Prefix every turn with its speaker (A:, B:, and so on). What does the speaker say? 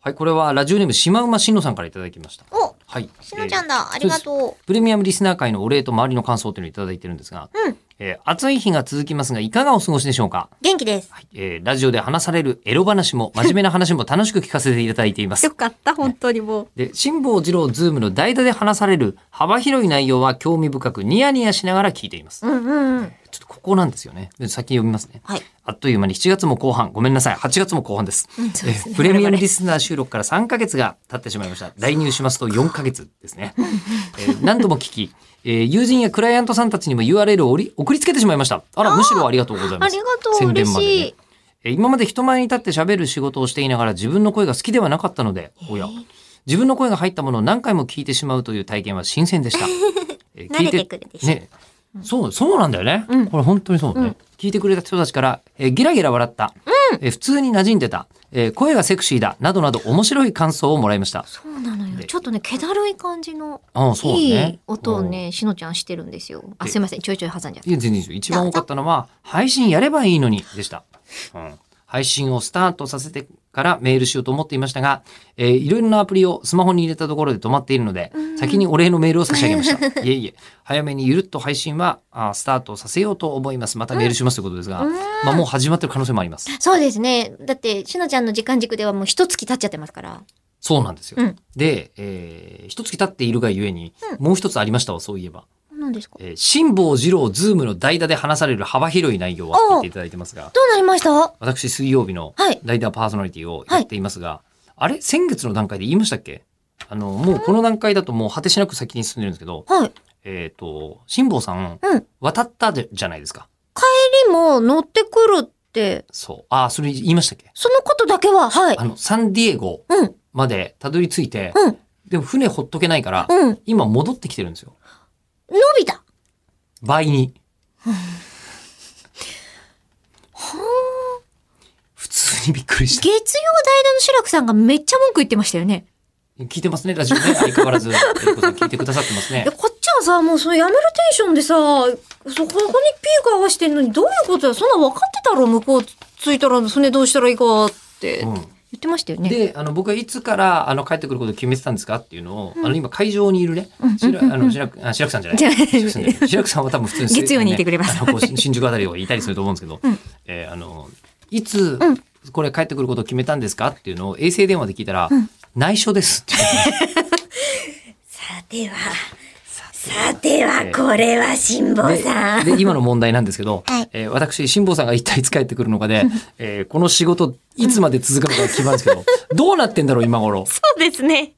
A: はい、これはラジオネームシマウマしんのさんからいただきました。
B: お、
A: はい。
B: しのちゃん
A: え
B: だ。ありがと
A: ープレミアムリスナー会のお礼と周りの感想というのをいただいてるんですが、
B: う。うん。
A: えー暑い日が続きますが、いかがお過ごしでしょうか、
B: 元気です。
A: はいえーラジオで話されるエロ話も、真面目な話も楽しく聞かせていただいています。
B: よかった、本当にもう。
A: で、辛坊治郎ズームの代打で話される幅広い内容は興味深くニヤニヤしながら聞いています。
B: うんうんうん。
A: ちょっとここなんですよね。で先読みますね。
B: はい。
A: あっという間に7月も後半、ごめんなさい、8月も後半です。
B: うんそうですね
A: えープレミアムリスナー収録から3ヶ月が経ってしまいました。来入しますと4ヶ月ですね。えー何度も聞き、えー友人やクライアントさんたちにも URL をおり送りつけてしまいました。あら、むしろありがとうござい
B: あ
A: ます
B: り。がとう、嬉
A: ね
B: しい。
A: えー今まで人前に立って喋る仕事をしていながら自分の声が好きではなかったので、おや、自分の声が入ったものを何回も聞いてしまうという体験は新鮮で した。えー
B: 慣れてくるでしょ
A: ね、そう、そうなんだよね。これ本当にそうだね。聞いてくれた人たちから、えーギラギラ笑った、えー普通に馴染んでた、えー声がセクシーだ、などなど面白い感想をもらいました。
B: そうなのよ。
A: で
B: ちょっとね、気だるい感じの、
A: ああ、そうね。
B: いい音を
A: うん。
B: ね、しのちゃんしてるんですよ。あ、
A: です
B: いません、ちょいちょい挟んじゃって。
A: いや、全然いいですよ一番多かったのは、配信やればいいのに、でした。うん。配信をスタートさせてからメールしようと思っていましたが、えーいろいろなアプリをスマホに入れたところで止まっているので、先にお礼のメールを差し上げま した。いえいえ、早めにゆるっと配信はあースタートさせようと思います。またメールしますということですが、まあもう始まってる可能性もあります。
B: そうですね。だって、しのちゃんの時間軸ではもう一月経っちゃってますから。
A: そうなんですよ。
B: うん
A: で、えー、一月経っているがゆえに、もう一つありましたわ、そういえば。
B: 何ですか
A: えー辛坊二郎ズームの代打で話される幅広い内容は聞いていただいてますが、
B: どうなりましたは
A: 私水曜日の
B: い。
A: ライダーパーソナリティをやっていますが、あれ先月の段階で言いましたっけあの、もうこの段階だともう果てしなく先に進んでるんですけど、
B: はい。
A: えっ、と、辛坊さん、
B: うん
A: 渡ったじゃないですか。
B: でも、乗ってくるって、
A: そう。ああ、それ言いましたっけ
B: そのことだけは、はい
A: あ。の、サンディエゴ
B: うん、
A: までたどり着いて、
B: うん、
A: でも船ほっとけないから、
B: うん。伸
A: 今戻ってきてるんですよ。
B: びた。
A: 倍に。普通にびっくりし
B: 月曜代打の志らくさんがめっちゃ文句言ってましたよね。
A: た。聞いてますね、ラジオね。相変わらず、えりこさん聞いてくださってますね
B: いや。こっちはさ、もうそのやめるテンションでさ、そここにピーク合わしてんのにどういうことだよそんな分かってたろ向こう着いたら、それどうしたらいいかって
A: う
B: 言
A: ん
B: ってましたよね。
A: であの僕はいつからあの帰ってくることを決めてたんですかっていうのを、
B: うん
A: あの今会場にいるねしらあの白くあ白くさんじゃない
B: じゃない
A: 白くさんじゃない白くさんは多分普通に
B: 月曜にいてくれます
A: あのこう新宿あたりをいたりすると思うんですけど、
B: うん
A: えーあのいつ
B: うん
A: これ帰ってくることを決めたんですかっていうのを衛星電話で聞いたら、
B: ん
A: 内緒 ですって
B: さては、さてはこれは辛坊さん。
A: でで今の問題なんですけど、
B: はい
A: えー私辛坊さんが一体いつ帰ってくるのかで、えーこの仕事いつまで続くのかが決まるんですけど、どうなってんだろう今頃
B: そうですね。